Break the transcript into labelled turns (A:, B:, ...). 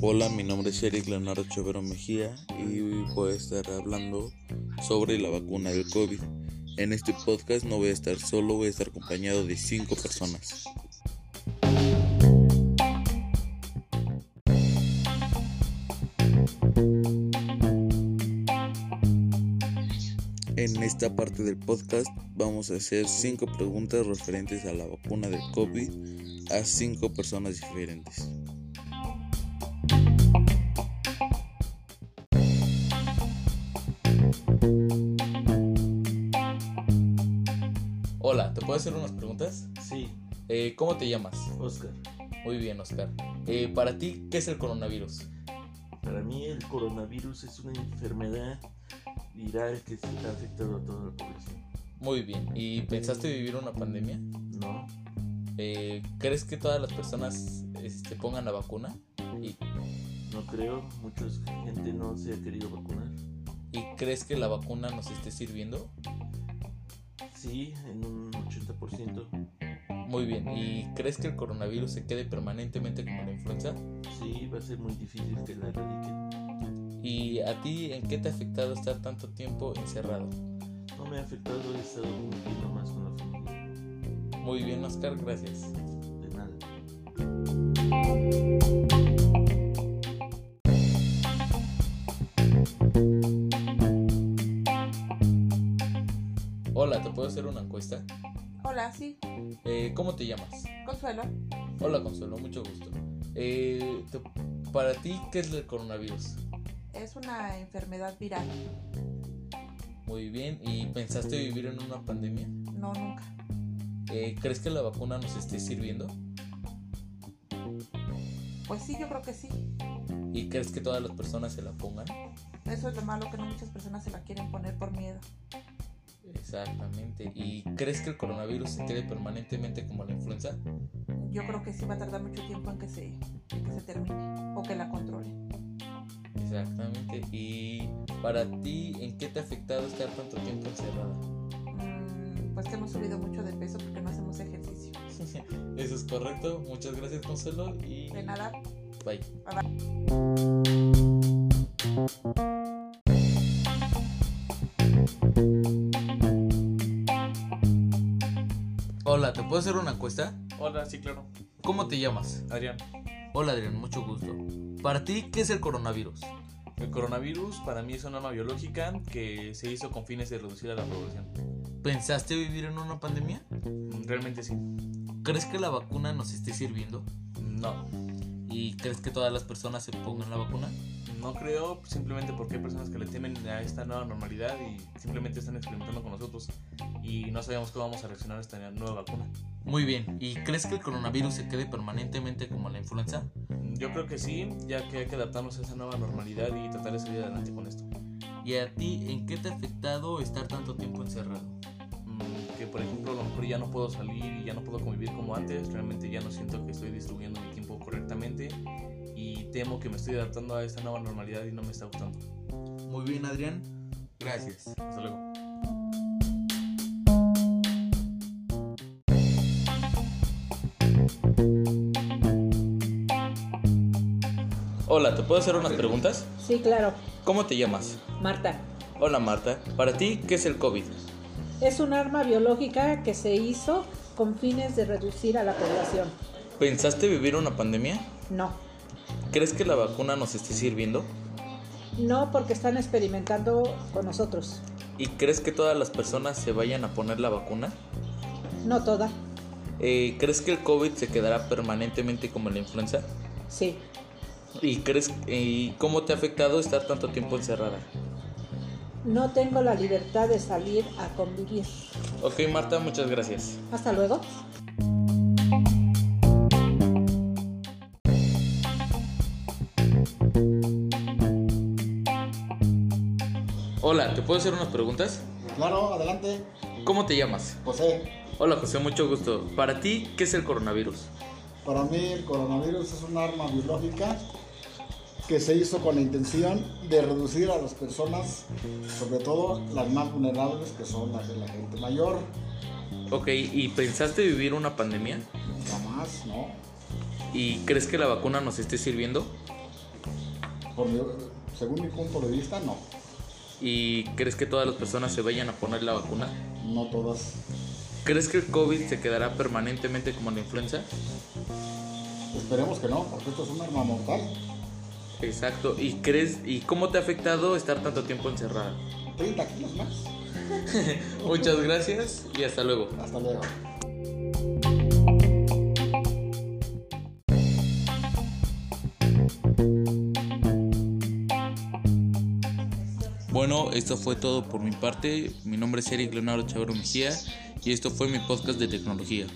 A: Hola, mi nombre es Eric Leonardo Chavero Mejía y voy a estar hablando sobre la vacuna del COVID. En este podcast no voy a estar solo, voy a estar acompañado de cinco personas. En esta parte del podcast vamos a hacer cinco preguntas referentes a la vacuna del COVID a cinco personas diferentes.
B: Hola, ¿te puedo hacer unas preguntas?
C: Sí,
B: Eh, ¿Cómo te llamas?
C: Oscar.
B: Muy bien, Oscar. Eh, Para ti, ¿qué es el coronavirus?
C: Para mí el coronavirus es una enfermedad viral que se está afectando a toda la población.
B: Muy bien. ¿Y pensaste vivir una pandemia?
C: No,
B: Eh, ¿Crees que todas las personas este, pongan la vacuna? ¿Y,
C: no creo. Mucha gente no se ha querido vacunar.
B: y crees que la vacuna nos esté sirviendo?
C: Sí, en un 80%.
B: Muy bien. ¿Y crees que el coronavirus se quede permanentemente como la influenza?
C: Sí, va a ser muy difícil que la erradiquen.
B: ¿Y a ti en qué te ha afectado estar tanto tiempo encerrado?
C: No me ha afectado, he estado conviviendo más con la familia.
B: Muy bien, Oscar, gracias.
C: De nada.
B: Hola, ¿te puedo hacer una encuesta?
D: Hola, sí,
B: Eh, ¿Cómo te llamas?
D: Consuelo.
B: Hola Consuelo, mucho gusto. Eh, te- para ti, ¿qué es el coronavirus?
D: Es una enfermedad viral.
B: Muy bien, ¿y pensaste vivir en una pandemia?
D: No, nunca.
B: Eh, ¿Crees que la vacuna nos esté sirviendo?
D: Pues sí, yo creo que sí.
B: ¿Y crees que todas las personas se la pongan?
D: Eso es lo malo que no muchas personas se la quieren poner por miedo.
B: Exactamente. ¿Y crees que el coronavirus se quede permanentemente como la influenza?
D: Yo creo que sí va a tardar mucho tiempo en que se, en que se termine o que la controle.
B: Exactamente. ¿Y para ti, en qué te ha afectado estar tanto tiempo encerrada?
D: Mm, pues que hemos subido mucho de peso porque no hacemos ejercicio.
B: Eso es correcto. Muchas gracias Consuelo y
D: De nada,
B: bye. Hola, ¿te puedo hacer una encuesta?
E: Hola, sí, claro.
B: ¿Cómo te llamas?
E: Adrián,
B: Hola Adrián, mucho gusto. Para ti, ¿qué es el coronavirus?
E: el coronavirus para mí es una norma biológica que se hizo con fines de reducir a la población.
B: ¿Pensaste vivir en una pandemia?
E: Mm, Realmente sí.
B: ¿Crees que la vacuna nos esté sirviendo?
E: No,
B: ¿Y crees que todas las personas se pongan la vacuna?
E: no creo simplemente porque hay personas que le temen a esta nueva normalidad y simplemente están experimentando con nosotros y no sabemos cómo vamos a reaccionar a esta nueva vacuna.
B: Muy bien, ¿y crees que el coronavirus se quede permanentemente como la influenza?
E: Mm, Yo creo que sí, ya que hay que adaptarnos a esa nueva normalidad y tratar de salir adelante con esto.
B: ¿Y a ti en qué te ha afectado estar tanto tiempo encerrado?
E: Mm, Que por ejemplo a lo mejor ya no puedo salir y ya no puedo convivir como antes, realmente ya no siento que estoy distribuyendo mi tiempo correctamente y temo que me estoy adaptando a esta nueva normalidad y no me está gustando.
B: Muy bien, Adrián. Gracias.
E: Hasta luego.
B: Hola, ¿te puedo hacer unas preguntas?
F: Sí, claro.
B: ¿Cómo te llamas?
F: Marta,
B: Hola Marta, para ti, ¿qué es el COVID?
F: es un arma biológica que se hizo con fines de reducir a la población.
B: ¿Pensaste vivir una pandemia?
F: No,
B: ¿Crees que la vacuna nos esté sirviendo?
F: no porque están experimentando con nosotros.
B: ¿Y crees que todas las personas se vayan a poner la vacuna?
F: No toda,
B: Eh, ¿Crees que el COVID se quedará permanentemente como la influenza?
F: sí.
B: ¿Y crees y cómo te ha afectado estar tanto tiempo encerrada?
F: No tengo la libertad de salir a convivir.
B: Ok Marta, muchas gracias.
F: Hasta luego.
B: Hola, ¿te puedo hacer unas preguntas?
G: Claro, adelante.
B: ¿Cómo te llamas?
G: José,
B: Hola José, mucho gusto. Para ti, ¿qué es el coronavirus?
G: para mí el coronavirus es un arma biológica que se hizo con la intención de reducir a las personas, sobre todo las más vulnerables que son las de la gente mayor.
E: Ok, ¿y pensaste vivir una pandemia?
G: Jamás, ¿no?
E: ¿Y crees que la vacuna nos esté sirviendo?
G: Por mi- según mi punto de vista, no.
E: ¿Y crees que todas las personas se vayan a poner la vacuna?
G: No todas.
E: ¿Crees que el COVID se quedará permanentemente como la influenza?
G: Esperemos que no, porque esto es un arma mortal.
E: Exacto. ¿Y crees y cómo te ha afectado estar tanto tiempo encerrada?
G: 30 kilos más.
E: Muchas gracias y hasta luego.
G: Hasta luego.
B: Bueno, esto fue todo por mi parte. Mi nombre es Eric Leonardo Chavero Mejía y esto fue mi podcast de tecnología.